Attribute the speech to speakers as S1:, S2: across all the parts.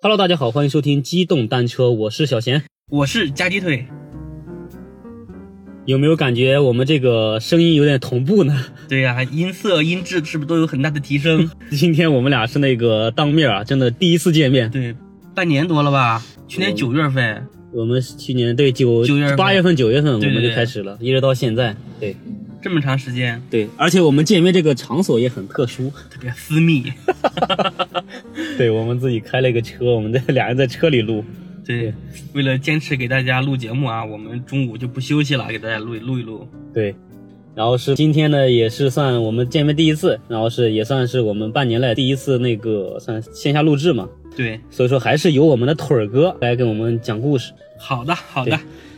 S1: Hello，大家好，欢迎收听机动单车，我是小贤。
S2: 我是夹鸡腿，
S1: 有没有感觉我们这个声音有点同步呢？
S2: 对呀、音色、音质是不是都有很大的提 升？
S1: 今天我们俩是那个当面啊，真的第一次见面。
S2: 对，半年多了吧，去年
S1: 嗯
S2: 九月份，
S1: 我们去年对九
S2: 九月份
S1: 八月份、九月份我
S2: 对对
S1: 们就
S2: 对
S1: 开始了，一直到现在。对
S2: 这么长时间，
S1: 对，而且我们见面这个场所也很特殊，
S2: 特别私 密。
S1: 对我们自己开了一个车，我们在 俩人在车里录。
S2: 对，为了坚持给大家录节目啊，我们中午就不休息了，给大家录一录一录。
S1: 对，然后是今天呢，也是算我们见面第一次，然后是也算是我们半年来第一次那个算线下录制嘛，
S2: 对，
S1: 所以说还是由我们的腿儿哥来给我们讲故事。
S2: 好的，好的，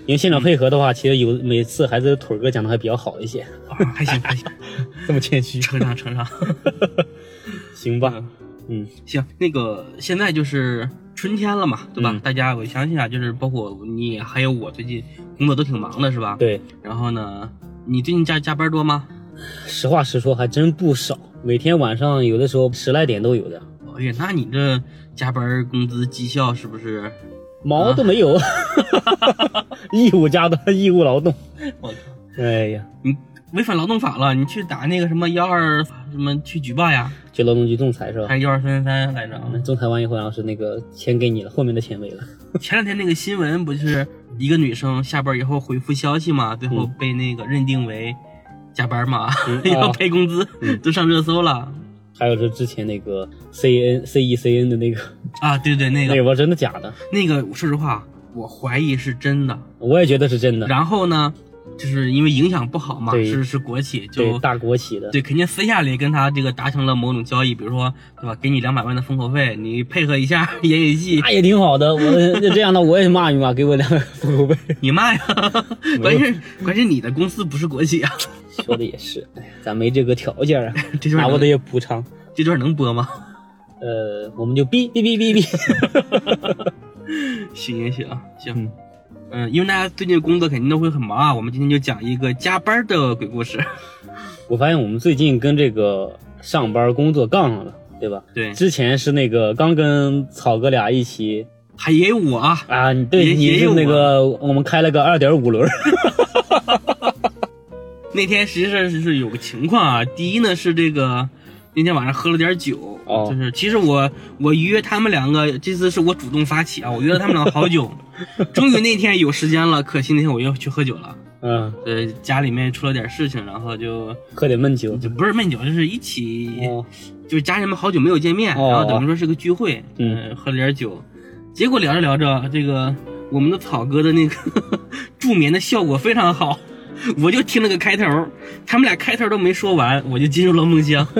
S1: 因为现场配合的话，其实有每次还是腿儿哥讲的还比较好一些，
S2: 啊，还行 还行，
S1: 这么谦虚，
S2: 承上承上。
S1: 行吧？嗯，
S2: 行，那个现在就是春天了嘛，对吧？
S1: 嗯
S2: 大家我相信啊，就是包括你还有我，最近工作都挺忙的，是吧？。
S1: 对，
S2: 然后呢，你最近加加班多吗？
S1: 实话实说还真不少，每天晚上有的时候十来点都有的，
S2: 哎呀，那你这加班儿工资绩效是不是？
S1: 毛都没 有，义务加班、义务劳动。
S2: 我靠，
S1: 哎呀，
S2: 你违反劳动法了，你去打那个什么幺二什么去举报呀，
S1: 去劳动局仲裁是吧
S2: 还？是幺二三三来着？啊
S1: 仲裁完以后，然后是那个钱给你了，后面的钱没了。
S2: 前两天那个新闻不就是一个女生下班以后回复消息嘛，最后被那个认定为加班嘛，
S1: 嗯
S2: 要
S1: 啊
S2: 赔工资，都上热搜了
S1: 还有是之前那个 C N C E C N 的那个，
S2: 啊！对对，那
S1: 那
S2: 个
S1: 也不知道真的假的，
S2: 那个，说实话，我怀疑是真的。
S1: 我也觉得是真的，
S2: 然后呢，就是因为影响不好嘛，
S1: 对
S2: 是是国企就
S1: 对大国企的，
S2: 对，肯定私下里跟他这个达成了某种交易，比如说，对吧？给你两百万的封口费，你配合一下演演戏，
S1: 那也挺好的。我那这样的我也骂一骂，给我两个封口费。
S2: 你骂呀！关键是关键是你的公司不是国企啊，
S1: 说的也是，哎，咱没 这个条件啊，
S2: 这段
S1: 拿我
S2: 能
S1: 的也补偿。
S2: 这段能播吗？
S1: 呃，我们就哔哔哔哔哔。
S2: 行行行行，
S1: 嗯
S2: 嗯、因为大家最近工作肯定都会很忙啊，我们今天就讲一个加班的鬼故事。
S1: 我发现我们最近跟这个上班工作杠上了，对吧？
S2: 对，
S1: 之前是那个刚跟草哥俩一起
S2: 还也有我啊，
S1: 啊，你对
S2: 也
S1: 你
S2: 也
S1: 是
S2: 有
S1: 那个我们开了个二点五轮儿，
S2: 那天实际上是有个情况啊，第一呢是这个那天晚上喝了点酒，
S1: 哦
S2: 就是其实我我约他们两个，这次是我主动发起啊，我约了他们两个好久，终于那天有时间了，可惜那天我又去喝酒了，
S1: 嗯，
S2: 呃，家里面出了点事情，然后就
S1: 喝点闷酒。
S2: 就不是闷酒，就是一起，
S1: 哦，
S2: 就是家人们好久没有见面，
S1: 哦
S2: 然后等于说是个聚会，
S1: 嗯
S2: 呃，喝了点酒，结果聊着聊着，这个我们的草哥的那个 助眠的效果非常好， 我就听了个开头，他们俩开头都没说完，我就进入了梦乡。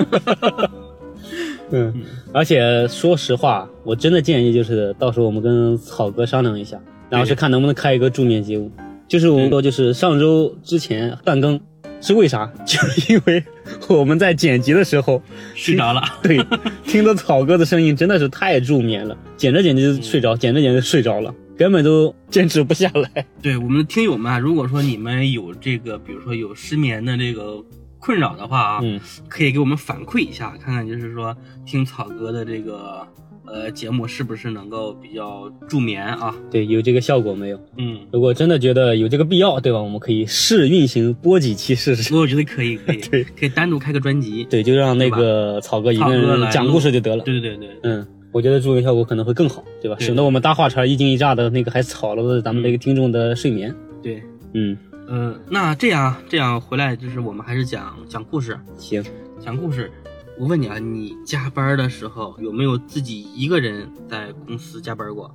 S1: 嗯，而且说实话，我真的建议就是，到时候我们跟草哥商量一下，然后是看能不能开一个助眠节目。就是我们说，就是上周之前断更，是为啥？就是因为我们在剪辑的时候，
S2: 睡着了，
S1: 对，听着草哥的声音真的是太助眠了，剪着剪着就睡着，剪着剪着就睡着了，根本都坚持不下来。
S2: 对我们的听友们啊，如果说你们有这个，比如说有失眠的这个困扰的话啊，
S1: 嗯，
S2: 可以给我们反馈一下，看看就是说听草哥的这个呃节目是不是能够比较助眠啊？
S1: 对，有这个效果没有？
S2: 嗯，
S1: 如果真的觉得有这个必要，对吧？我们可以试运行播几期试试。
S2: 我觉得可以，可以
S1: ，对
S2: 可以单独开个专辑。
S1: 对，就让那个草哥一个
S2: 草哥
S1: 人
S2: 来
S1: 讲故事就得了。
S2: 对对对对，
S1: 嗯，我觉得助眠效果可能会更好，对吧？
S2: 对
S1: 省得我们搭话茬儿一惊一乍的，那个还吵了咱们那个听众的睡眠。
S2: 对，
S1: 嗯，
S2: 呃，那这样这样回来就是我们还是讲讲故事，
S1: 行，
S2: 讲故事。我问你啊，你加班的时候有没有自己一个人在公司加班过？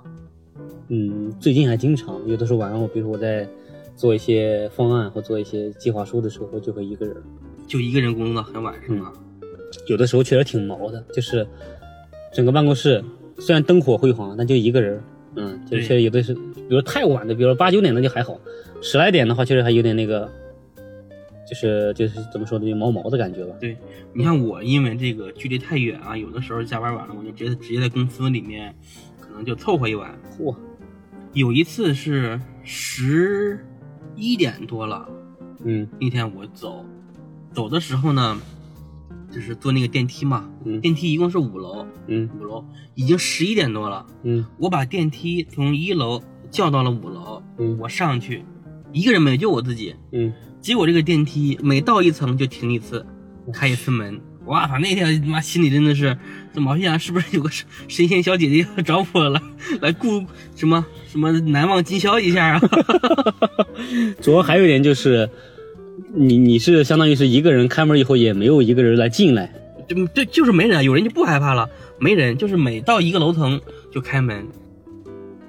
S1: 嗯，最近还经常有的时候晚上，我比如说我在做一些方案或做一些计划书的时候，我就会一个人儿。
S2: 就一个人工作到很晚是吗？
S1: 嗯有的时候确实挺毛的，就是整个办公室虽然灯火辉煌，但就一个人儿。嗯，就
S2: 对
S1: 是有的是，比如太晚的，比如说八九点的就还好，十来点的话确实还有点那个，就是就是怎么说呢，就毛毛的感觉吧。
S2: 对，你像我，因为这个距离太远啊，有的时候加班晚了，我就直接直接在公司里面，可能就凑合一晚。
S1: 嚯，
S2: 有一次是十一点多了，
S1: 嗯
S2: 那天我走，走的时候呢，就是坐那个电梯嘛，
S1: 嗯
S2: 电梯一共是五楼，
S1: 嗯
S2: 五楼已经十一点多了，
S1: 嗯
S2: 我把电梯从一楼叫到了五楼，
S1: 嗯
S2: 我上去，一个人没有，就我自己。
S1: 嗯，
S2: 结果这个电梯每到一层就停一次，开一次门。哇操！那天他妈心里真的是，这毛细阳是不是有个神神仙小姐姐要找我来来顾什么什么难忘今宵一下啊？
S1: 主要还有一点就是，你你是相当于是一个人开门以后也没有一个人来进来，
S2: 就对，就是没人啊，有人就不害怕了，没人，就是每到一个楼层就开门。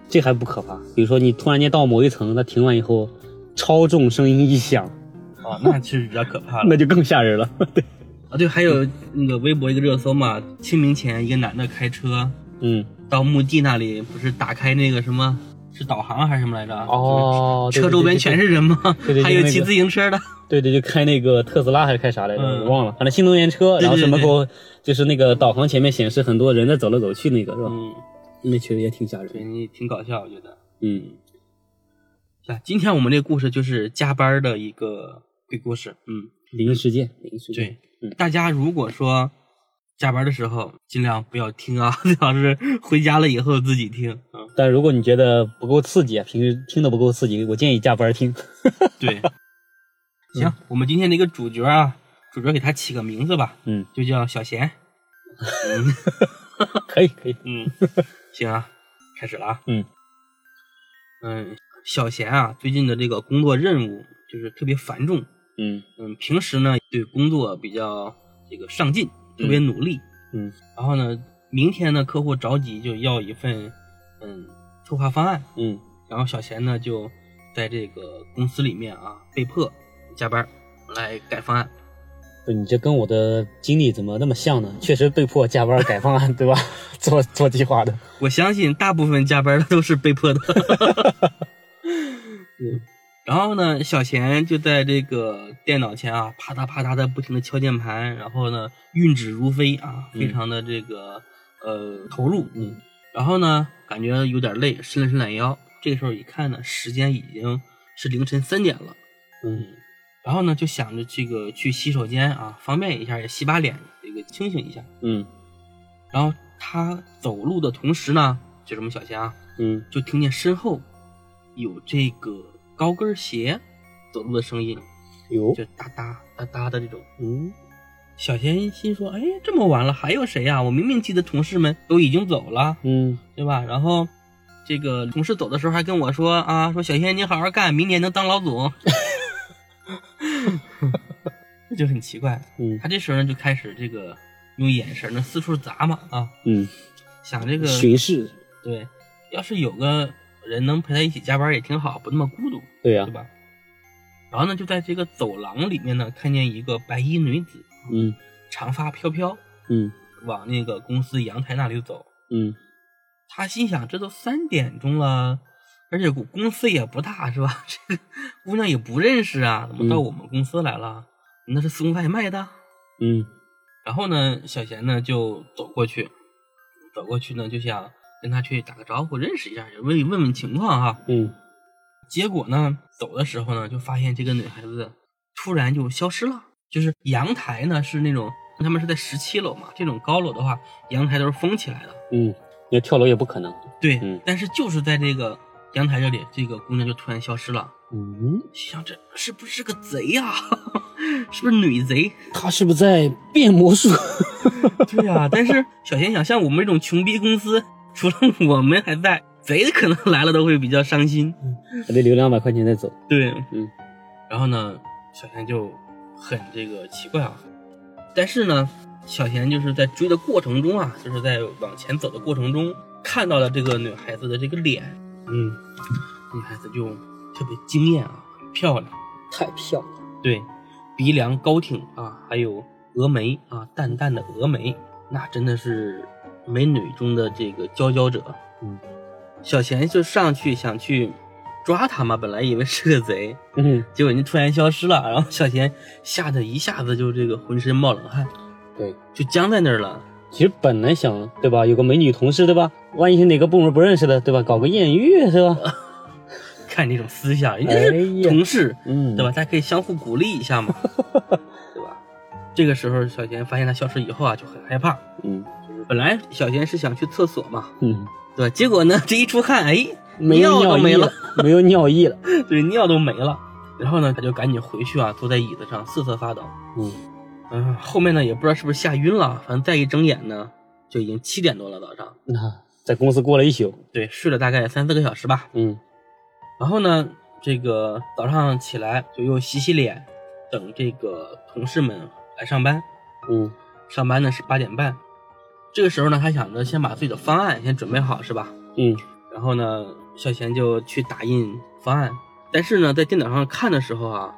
S1: 这还不可怕。比如说你突然间到某一层，它停完以后，超重声音一响，
S2: 哦，那其实比较可怕
S1: 那就更吓人了。对，
S2: 啊，对，还有那个微博一个热搜嘛，清明前一个男的开车
S1: 嗯，
S2: 到墓地那里，不是打开那个什么，是导航还是什么来着？
S1: 哦
S2: 就是车周边全是人吗？
S1: 对对对
S2: 还有
S1: 那个
S2: 骑自行车的。
S1: 对对，就开那个特斯拉还是开啥来着，
S2: 嗯
S1: 我忘了，反正新能源车，然后
S2: 对
S1: 什
S2: 对
S1: 么给我就是那个导航前面显示很多人在走来走去那个是吧？
S2: 嗯，
S1: 那确实也挺吓
S2: 对
S1: 人。
S2: 你挺搞笑，我觉得。
S1: 嗯
S2: 啊，今天我们这个故事就是加班的一个鬼故事。嗯，
S1: 灵异事件，灵异事件。
S2: 对，
S1: 嗯
S2: 大家如果说加班的时候，尽量不要听啊， 最好是回家了以后自己听。嗯，
S1: 但如果你觉得不够刺激，啊平时听的不够刺激，我建议加班听。
S2: 对。 行，我们今天的一个主角啊，主角给他起个名字吧，
S1: 嗯，
S2: 就叫小贤。嗯。
S1: 可以可以。
S2: 嗯， 行啊，开始了啊。
S1: 嗯
S2: 嗯，小贤啊，最近的这个工作任务就是特别繁重。
S1: 嗯
S2: 嗯，平时呢对工作比较这个上进，特别努力。
S1: 嗯
S2: 然后呢，明天呢客户着急就要一份嗯策划方案，
S1: 嗯
S2: 然后小贤呢就在这个公司里面啊被迫加班来改方案。
S1: 不，你这跟我的经历怎么那么像呢？确实被迫加班改方案，对 吧？做做计划的。
S2: 我相信大部分加班的都是被迫的。
S1: 嗯
S2: 然后呢，小贤就在这个电脑前啊，啪嗒啪嗒的不停的敲键盘，然后呢，运指如飞啊，
S1: 嗯
S2: 非常的这个、呃投入。
S1: 嗯
S2: 然后呢，感觉有点累，伸了伸懒腰。这个时候一看呢，时间已经是凌晨三点了。
S1: 嗯
S2: 然后呢，就想着这个去洗手间啊，方便一下，也洗把脸，这个清醒一下。
S1: 嗯
S2: 然后他走路的同时呢，就是我们小贤啊，
S1: 嗯
S2: 就听见身后有这个高跟鞋走路的声音，
S1: 有
S2: 就哒哒哒哒的这种。
S1: 嗯
S2: 小贤心说：“哎，这么晚了还有谁呀、啊我明明记得同事们都已经走了，
S1: 嗯
S2: 对吧？然后这个同事走的时候还跟我说啊，说小贤你好好干，明年能当老总。这 就很奇怪。
S1: 嗯
S2: 他这时候呢就开始这个用眼神呢四处砸嘛啊，
S1: 嗯，
S2: 想这个
S1: 巡视。
S2: 对，要是有个人能陪他一起加班也挺好，不那么孤独，
S1: 对呀、
S2: 对吧？然后呢，就在这个走廊里面呢，看见一个白衣女子，
S1: 嗯
S2: 长发飘飘，
S1: 嗯
S2: 往那个公司阳台那里走。
S1: 嗯
S2: 他心想，这都三点钟了，而且公公司也不大，是吧？ 这个姑娘也不认识啊，怎么到
S1: 嗯
S2: 我们公司来了？那是送外卖的。
S1: 嗯
S2: 然后呢，小贤呢就走过去，走过去呢就想跟他去打个招呼，认识一下，也问问问情况哈、
S1: 嗯
S2: 结果呢，走的时候呢，就发现这个女孩子突然就消失了。就是阳台呢是那种，他们是在十七楼嘛，这种高楼的话，阳台都是封起来的。
S1: 嗯，要跳楼也不可能。
S2: 对，
S1: 嗯
S2: 但是就是在这个阳台这里，这个姑娘就突然消失了。
S1: 嗯，
S2: 心想这是不是个贼呀、 是不是女贼？
S1: 他是不是在变魔 术？
S2: 对呀、但是小贤想，像我们这种穷逼公司，除了我们还在，贼可能来了都会比较伤心。
S1: 还得留两百块钱再走。
S2: 对，
S1: 嗯，
S2: 然后呢，小贤就很这个奇怪啊，但是呢，小贤就是在追的过程中啊，就是在往前走的过程中，看到了这个女孩子的这个脸，
S1: 嗯，
S2: 女孩子就特别惊艳啊，很漂亮，
S1: 太漂亮了。
S2: 对，鼻梁高挺啊，还有峨眉啊，淡淡的峨眉，那真的是美女中的这个佼佼者。
S1: 嗯，
S2: 小贤就上去想去抓她嘛，本来以为是个贼，
S1: 嗯，
S2: 结果人家突然消失了，然后小贤吓得一下子就这个浑身冒冷汗，
S1: 对。
S2: 就僵在那儿了。
S1: 其实本来想，对吧？有个美女同事，对吧？万一是哪个部门不认识的，对吧？搞个艳遇，是吧？
S2: 看这种思想，人家
S1: 哎
S2: 是
S1: 呀
S2: 同事，
S1: 嗯，
S2: 对吧？？大家可以相互鼓励一下嘛，对吧？这这个时候，小贤发现他消失以后啊，就很害怕。
S1: 嗯
S2: 本来小贤是想去厕所嘛，
S1: 嗯，
S2: 对，结果呢， 这一出汗，哎，
S1: 没有
S2: 尿
S1: 尿
S2: 都
S1: 意
S2: 没了，
S1: 没有尿意了。
S2: 对，尿都没了。然后呢，他就赶紧回去啊，坐在椅子上瑟瑟发抖。
S1: 嗯
S2: 嗯，后面呢也不知道是不是吓晕了，反正再一睁眼呢，就已经七点多了早上。
S1: 啊，在公司过了一宿。
S2: 对，睡了大概三四个小时吧。
S1: 嗯
S2: 然后呢，这个早上起来就又洗洗脸，等这个同事们来上班。
S1: 嗯
S2: 上班呢是八点半，这个时候呢，他想着先把自己的方案先准备好，是吧？
S1: 嗯
S2: 然后呢，小贤就去打印方案。但是呢，在电脑上看的时候啊，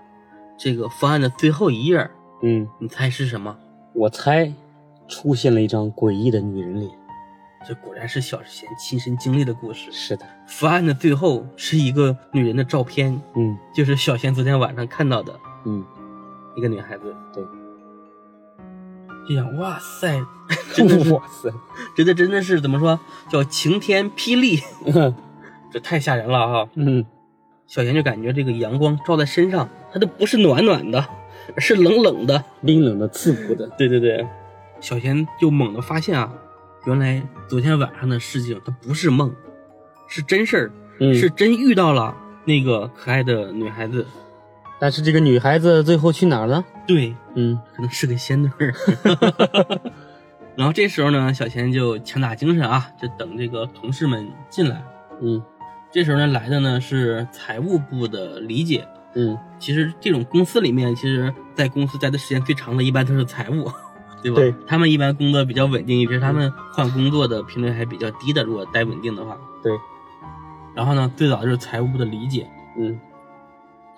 S2: 这个方案的最后一页，
S1: 嗯，
S2: 你猜是什么？
S1: 我猜出现了一张诡异的女人脸。
S2: 这果然是小贤亲身经历的故事。
S1: 是的，
S2: 方案的最后是一个女人的照片，
S1: 嗯
S2: 就是小贤昨天晚上看到的
S1: 嗯，
S2: 一个女孩子。
S1: 对，
S2: 就想哇塞，真的是
S1: 哇塞，
S2: 真的真的是怎么说叫晴天霹雳，这太吓人了哈、
S1: 嗯
S2: 小贤就感觉这个阳光照在身上，它都不是暖暖的，而是冷冷的。
S1: 冰冷的、刺骨的。
S2: 对对对，小贤就猛地发现啊，原来昨天晚上的事情它不是梦，是真事儿，
S1: 嗯，
S2: 是。真遇到了那个可爱的女孩子。
S1: 但是这个女孩子最后去哪儿了？
S2: 对，
S1: 嗯
S2: 可能是个仙女 儿。然后这时候呢，小贤就强打精神啊，就等这个同事们进来。
S1: 嗯
S2: 这时候呢，来的呢是财务部的李姐。
S1: 嗯，
S2: 其实这种公司里面，其实在公司待的时间最长的，一般都是财务，对吧？
S1: 对嗯
S2: 他们一般工作比较稳定，也就是他们换工作的频率还比较低的。如果待稳定的话，
S1: 对，
S2: 然后呢，最早就是财务部的李姐，
S1: 嗯，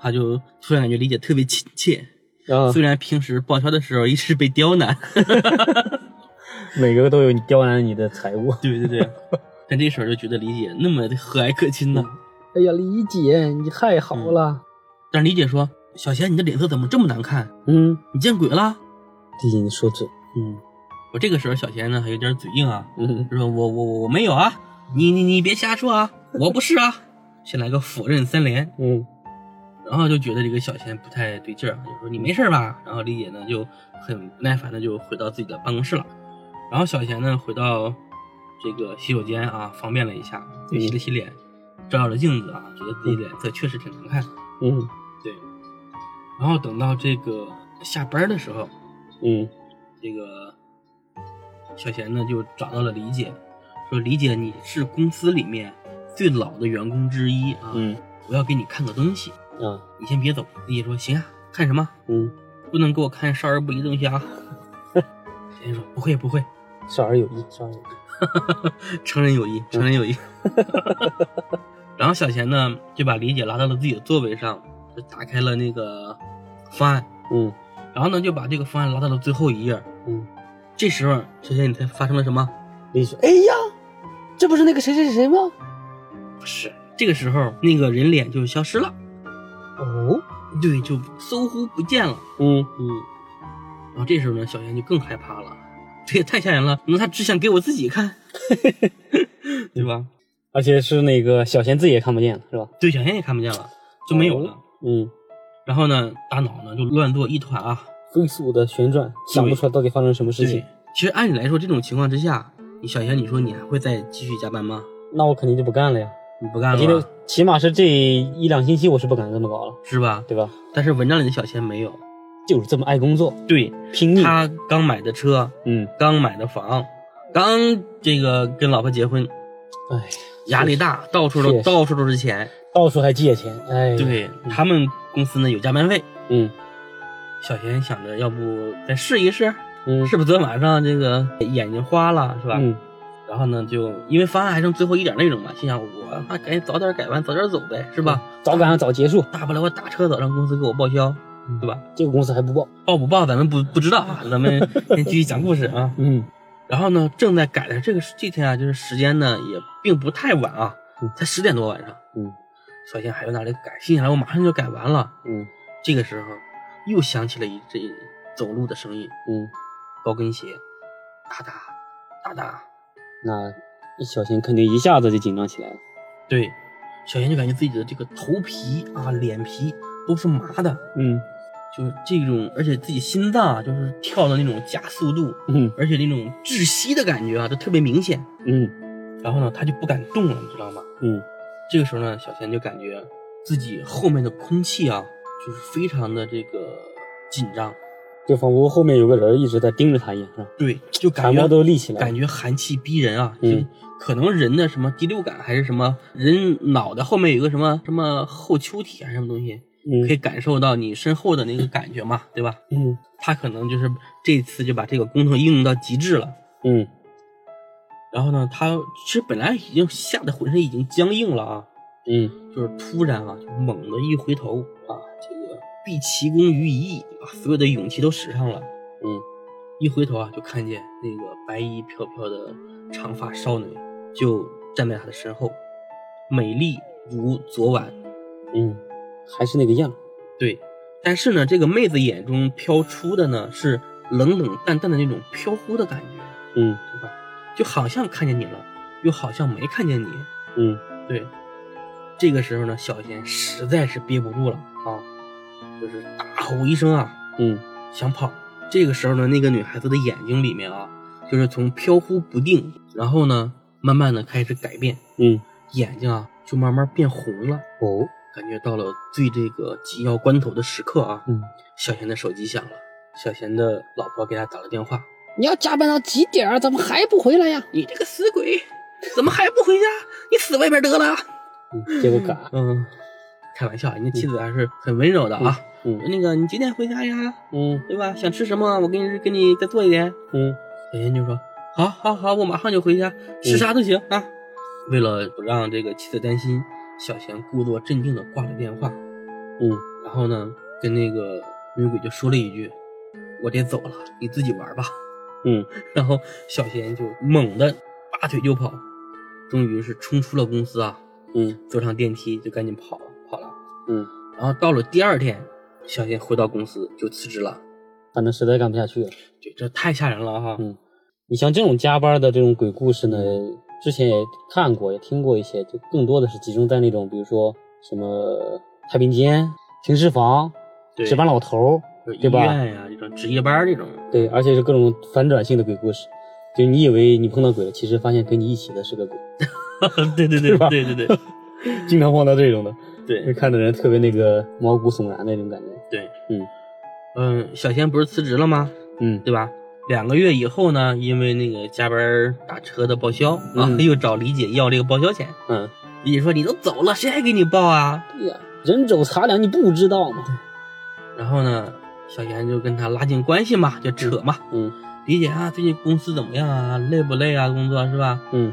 S2: 她就突然感觉李姐特别亲切，
S1: 然后
S2: 虽然平时报销的时候一直被刁难，
S1: 每个都有刁难你的财务。
S2: 对 对对，但这时候就觉得李姐那么的和蔼可亲呢、
S1: 哎呀，李姐，你太好了。
S2: 但是李姐说：“小贤，你的脸色怎么这么难看？
S1: 嗯，
S2: 你见鬼了
S1: 丽姐，你说准。嗯！”
S2: 我这个时候小贤呢还有点嘴硬啊，
S1: 嗯
S2: 说我我我我没有啊，你你你别瞎说啊，我不是啊，先来个否认三连，
S1: 嗯
S2: 然后就觉得这个小贤不太对劲儿，啊就说你没事吧？然后李姐呢就很不耐烦的就回到自己的办公室了，然后小贤呢回到这个洗手间啊，方便了一下，就洗了洗脸，照着镜子啊，觉得自己脸色确实挺难看，
S1: 嗯
S2: 对，然后等到这个下班的时候，
S1: 嗯
S2: 这个小贤呢就找到了李姐，说：“李姐，你是公司里面最老的员工之一啊，
S1: 嗯
S2: 我要给你看个东西，
S1: 啊
S2: 你先别走。”李姐说：“行啊，看什么？
S1: 嗯，
S2: 不能给我看少儿不宜的东西啊。” 小贤说：“不会，不会，
S1: 少儿有益，少儿有益。
S2: 成人有益，成人有益。 然后小贤呢就把李姐拉到了自己的座位上，就打开了那个方案，
S1: 嗯
S2: 然后呢就把这个方案拉到了最后一页。
S1: 嗯，
S2: 这时候，小贤，你猜发生了什么？
S1: 丽姐说，哎呀，这不是那个谁谁谁吗？
S2: 不是，这个时候那个人脸就消失了，
S1: 哦，
S2: 对，就搜狐不见了。
S1: 嗯
S2: 嗯，然后这时候呢，小贤就更害怕了，这也太吓人了。那他只想给我自己看， 对吧？
S1: 而且是那个小贤自己也看不见了，是吧？
S2: 对，小贤也看不见了，就没有了。
S1: 嗯，
S2: 然后呢，大脑呢就乱作一团啊。
S1: 飞速的旋转，想不出来到底发生什么事情
S2: 对。，其实按理来说，这种情况之下，你小贤，你说你还会再继续加班吗？
S1: 那我肯定就不干了呀。
S2: 你不干
S1: 今
S2: 了
S1: 天
S2: 吧，
S1: 起码是这一两星期，我是不敢这么搞了，
S2: 是吧？
S1: 对吧？
S2: 但是文章里的小贤没有，
S1: 就是这么爱工作，
S2: 对
S1: 拼命。
S2: 他刚买的车，
S1: 嗯，
S2: 刚买的房，刚这个跟老婆结婚，
S1: 哎，
S2: 压力大，到处
S1: 确
S2: 都
S1: 实
S2: 到处都是钱。
S1: 到处还借钱，哎，，
S2: 对他们公司呢有加班费，
S1: 嗯
S2: 小贤想着要不再试一试，
S1: 嗯，
S2: 是不是昨天晚上这个眼睛花了是吧？
S1: 嗯
S2: 然后呢就因为方案还剩最后一点内容嘛，心想我那赶紧早点改完早点走呗，是吧？
S1: 早赶上早结束，
S2: 大不了我打车走，让公司给我报销，
S1: 嗯
S2: 对吧？
S1: 这个公司还不报。
S2: 报不报咱们不不知道 啊，咱们先继续讲故事啊。
S1: 嗯
S2: 然后呢，正在改的这个这天啊，就是时间呢也并不太晚啊
S1: 嗯，
S2: 才十点多晚上。
S1: 嗯
S2: 小贤还在那里改，心想我马上就改完了。
S1: 嗯
S2: 这个时候，又响起了一阵走路的声音，
S1: 嗯，
S2: 高跟鞋，哒哒哒哒。
S1: 那小贤肯定一下子就紧张起来了。
S2: 对，小贤就感觉自己的这个头皮啊、脸皮都是麻的，
S1: 嗯
S2: 就是这种，而且自己心脏啊，就是跳的那种加速度，
S1: 嗯
S2: 而且那种窒息的感觉啊，都特别明显。
S1: 嗯
S2: 然后呢，他就不敢动了，你知道吗？
S1: 嗯
S2: 这个时候呢，小贤就感觉自己后面的空气啊，就是非常的这个紧张，
S1: 就仿佛后面有个人一直在盯着他一样，是吧？
S2: 对，就
S1: 汗
S2: 感
S1: 毛
S2: 觉
S1: 都立起来了。
S2: 感觉寒气逼人啊，
S1: 嗯
S2: 就可能人的什么第六感还是什么，人脑袋后面有个什么什么后丘体还是什么东西，
S1: 嗯
S2: 可以感受到你身后的那个感觉嘛，对吧？
S1: 嗯
S2: 他可能就是这次就把这个功能应用到极致了。
S1: 嗯
S2: 然后呢，他其实本来已经吓得浑身已经僵硬了啊，
S1: 嗯
S2: 就是突然啊，就猛地一回头啊，这个毕其功于一役，把所有的勇气都使上了。
S1: 嗯，
S2: 一回头啊，就看见那个白衣飘飘的长发少女就站在他的身后，美丽如昨晚。
S1: 嗯，还是那个样。
S2: 对，但是呢，这个妹子眼中飘出的呢是冷冷淡淡的那种飘忽的感觉，
S1: 嗯
S2: 对吧？就好像看见你了，又好像没看见你。
S1: 嗯
S2: 对，这个时候呢，小贤实在是憋不住了啊，就是大吼一声啊，
S1: 嗯
S2: 想跑。这个时候呢，那个女孩子的眼睛里面啊，就是从飘忽不定，然后呢，慢慢的开始改变，
S1: 嗯
S2: 眼睛啊就慢慢变红了，
S1: 哦
S2: 感觉到了最这个紧要关头的时刻啊。
S1: 嗯，
S2: 小贤的手机响了，小贤的老婆给他打了电话，
S1: 你要加班到几点啊儿？怎么还不回来呀？
S2: 你这个死鬼，怎么还不回家？你死外边得了。
S1: 嗯，结果嘎。
S2: 嗯，开玩笑，啊人家妻子还是很温柔的啊。
S1: 嗯
S2: 那个，你几点回家呀？
S1: 嗯
S2: 对吧？想吃什么？我给你给你再做一点。
S1: 嗯
S2: 小贤就哎说：“好，好，好，我马上就回家，吃啥都行、啊。”为了不让这个妻子担心，小贤故作镇定的挂了电话，
S1: 嗯
S2: 然后呢，跟那个女鬼就说了一句：“我得走了，你自己玩吧。”
S1: 嗯
S2: 然后小贤就猛地拔腿就跑，终于是冲出了公司啊，
S1: 嗯
S2: 坐上电梯就赶紧跑跑了。
S1: 嗯，
S2: 然后到了第二天，小贤回到公司就辞职了。
S1: 反正实在干不下去了。
S2: 对，这太吓人了哈。
S1: 嗯你像这种加班的这种鬼故事呢，之前也看过，也听过一些，就更多的是集中在那种，比如说什么太平间、停尸房、
S2: 对，
S1: 值班老头儿，
S2: 就是医
S1: 对吧
S2: 院呀、这种值夜班这种，
S1: 对，而且是各种反转性的鬼故事。就你以为你碰到鬼了，其实发现跟你一起的是个鬼，
S2: 对 对
S1: 是
S2: 对
S1: 吧
S2: 对对对
S1: 经常碰到这种的，
S2: 对
S1: 看的人特别那个毛骨悚然的那种感觉。
S2: 对，
S1: 嗯
S2: 嗯，小贤不是辞职了吗？
S1: 嗯
S2: 对吧？两个月以后呢，因为那个加班打车的报销、啊，
S1: 嗯
S2: 又找李姐要这个报销钱。
S1: 嗯，
S2: 李姐说：“你都走了，谁还给你报啊？”
S1: 对呀，人走茶凉，你不知道吗？
S2: 然后呢，小贤就跟他拉近关系嘛，就扯嘛，
S1: 嗯
S2: 李姐啊，最近公司怎么样啊？累不累啊？工作是吧？
S1: 嗯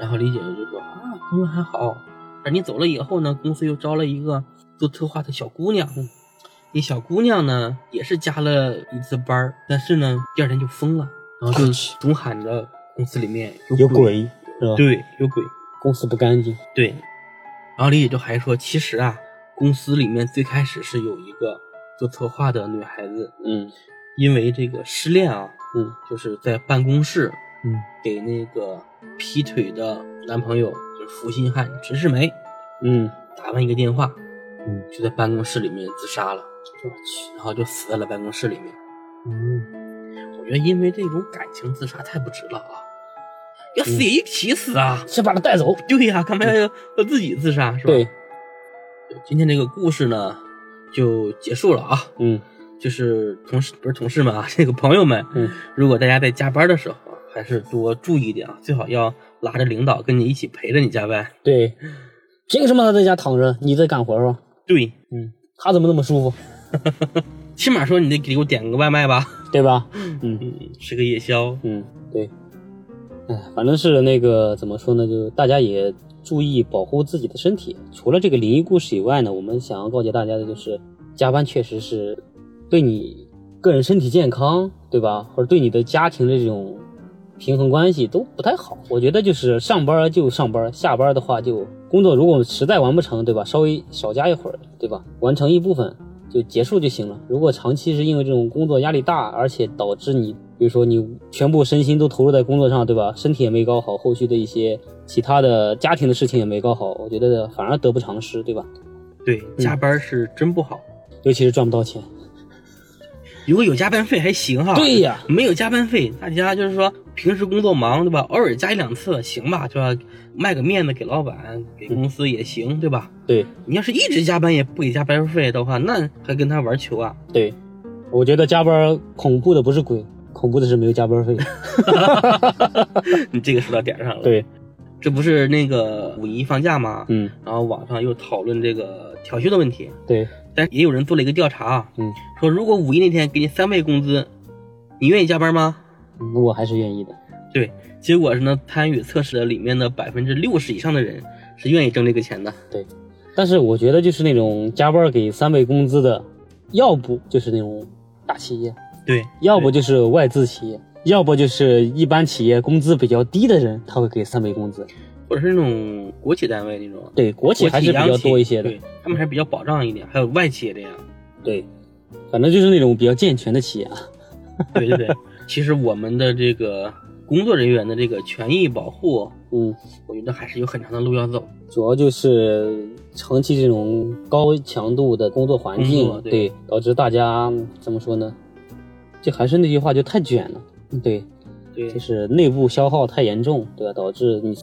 S2: 然后李姐就说啊，工作还好，但你走了以后呢，公司又招了一个做策划的小姑娘。那小姑娘呢，也是加了一次班儿，但是呢，第二天就疯了，然后就总喊着公司里面
S1: 有
S2: 鬼，
S1: 鬼是吧？，
S2: 对，有鬼，
S1: 公司不干净。
S2: 对。然后李姐就还说，其实啊，公司里面最开始是有一个做策划的女孩子，
S1: 嗯
S2: 因为这个失恋啊，
S1: 嗯
S2: 就是在办公室
S1: 嗯
S2: 给那个劈腿的男朋友，就是负心汉陈世美
S1: 嗯
S2: 打完一个电话，
S1: 嗯，
S2: 就在办公室里面自杀了，
S1: 我去，
S2: 然后就死在了办公室里面。
S1: 嗯
S2: 我觉得因为这种感情自杀太不值了啊，要死也一起死啊！
S1: 先把他带走。
S2: 对呀、干嘛要要自己自杀是吧？
S1: 嗯对，，
S2: 今天这个故事呢就结束了啊。
S1: 嗯
S2: 就是同事不是同事们啊，这个朋友们，
S1: 嗯，
S2: 如果大家在加班的时候啊，还是多注意点啊，最好要拉着领导跟你一起陪着你加班。
S1: 对，凭什么他在家躺着，你在干活是吧？
S2: 对，
S1: 嗯，他怎么那么舒服，
S2: 起码说你得给我点个外卖吧，
S1: 对吧？嗯
S2: 嗯，吃个夜宵。
S1: 嗯，对。哎，反正是那个怎么说呢，就大家也注意保护自己的身体。除了这个灵异故事以外呢，我们想要告诫大家的就是，加班确实是对你个人身体健康，对吧？或者对你的家庭的这种平衡关系都不太好。我觉得就是上班就上班，下班的话就工作，如果实在完不成，对吧？稍微少加一会儿，对吧？完成一部分就结束就行了。如果长期是因为这种工作压力大，而且导致你，比如说你全部身心都投入在工作上，对吧？身体也没搞好，后续的一些其他的家庭的事情也没搞好，我觉得反而得不偿失，对吧？
S2: 对，加班是真不好。
S1: 尤其是赚不到钱，
S2: 如果有加班费还行哈。
S1: 对呀
S2: 没有加班费，大家就是说平时工作忙对吧？偶尔加一两次行吧，对吧？卖个面子给老板，给公司也行，对吧？
S1: 对
S2: 你要是一直加班也不给加班费的话，那还跟他玩球 啊？
S1: 对，我觉得加班恐怖的不是鬼， 恐怖的是没有加班费。
S2: 你这个说到点上 了。，
S1: 对，
S2: 这不是那个五一放假吗？
S1: 嗯，
S2: 然后网上又讨论这个调休的问题，
S1: 对，
S2: 但也有人做了一个调查啊，
S1: 嗯，
S2: 说如果五一那天给你三倍工资，你愿意加班吗？
S1: 我还是愿意的。
S2: 对，结果是呢，参与测试的里面的百分之六十以上的人是愿意挣这个钱的。
S1: 但是我觉得就是那种加班给三倍工资的，要不就是那种大企业，
S2: 对，
S1: 要不就是外资企业，要不就是一般企业工资比较低的人，他会给三倍工资。
S2: 或者是那种国企单位那种，
S1: 对，国企还是比
S2: 央
S1: 较
S2: 企
S1: 多一些的。
S2: 对他们还是比较保障一点，还有外企也这样。
S1: 对，反正就是那种比较健全的企业啊。
S2: 对对对， 其实我们的这个工作人员的这个权益保护，
S1: 嗯，
S2: 我觉得还是有很长的路要走。
S1: 主要就是长期这种高强度的工作环境，
S2: 工作嗯对
S1: 对，导致大家怎么说呢？就还是那句话，就太卷了。对，
S2: 对
S1: 就，是内部消耗太严重，对吧？导致你，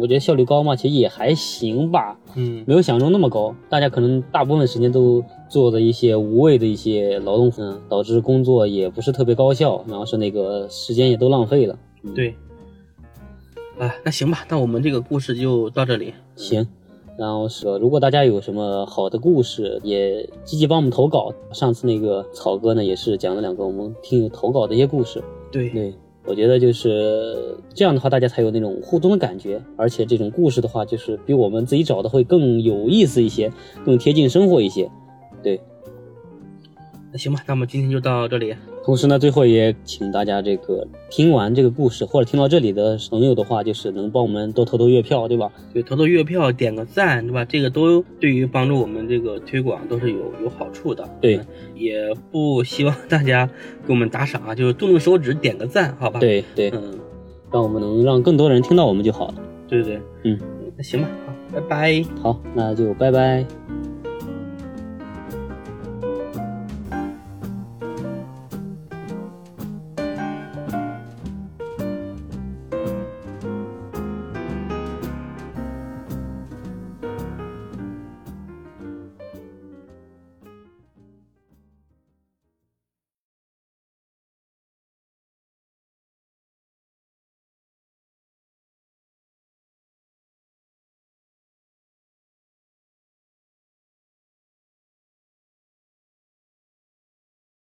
S1: 我觉得效率高嘛，其实也还行吧，
S2: 嗯，
S1: 没有想象中那么高。大家可能大部分时间都做的一些无谓的一些劳动，嗯，导致工作也不是特别高效，然后是那个时间也都浪费了。
S2: 对。啊，那行吧，那我们这个故事就到这里。
S1: 行，然后是如果大家有什么好的故事，也积极帮我们投稿。上次那个草哥呢，也是讲了两个我们听友投稿的一些故事。
S2: 对，
S1: 对，我觉得就是这样的话，大家才有那种互动的感觉，而且这种故事的话，就是比我们自己找的会更有意思一些，更贴近生活一些。对，
S2: 那行吧，那我们今天就到这里。
S1: 同时呢，最后也请大家这个听完这个故事或者听到这里的朋友的话，就是能帮我们多投投月票，对吧？
S2: 对，投投月票，点个赞，对吧？这个都对于帮助我们这个推广都是有有好处的。
S1: 对
S2: 嗯，也不希望大家给我们打赏啊，就是动动手指点个赞，好吧？，
S1: 对对，
S2: 嗯，
S1: 让我们能让更多人听到我们就好了。
S2: 对对，
S1: 嗯，
S2: 那行吧，好，拜拜。
S1: 好，那就拜拜。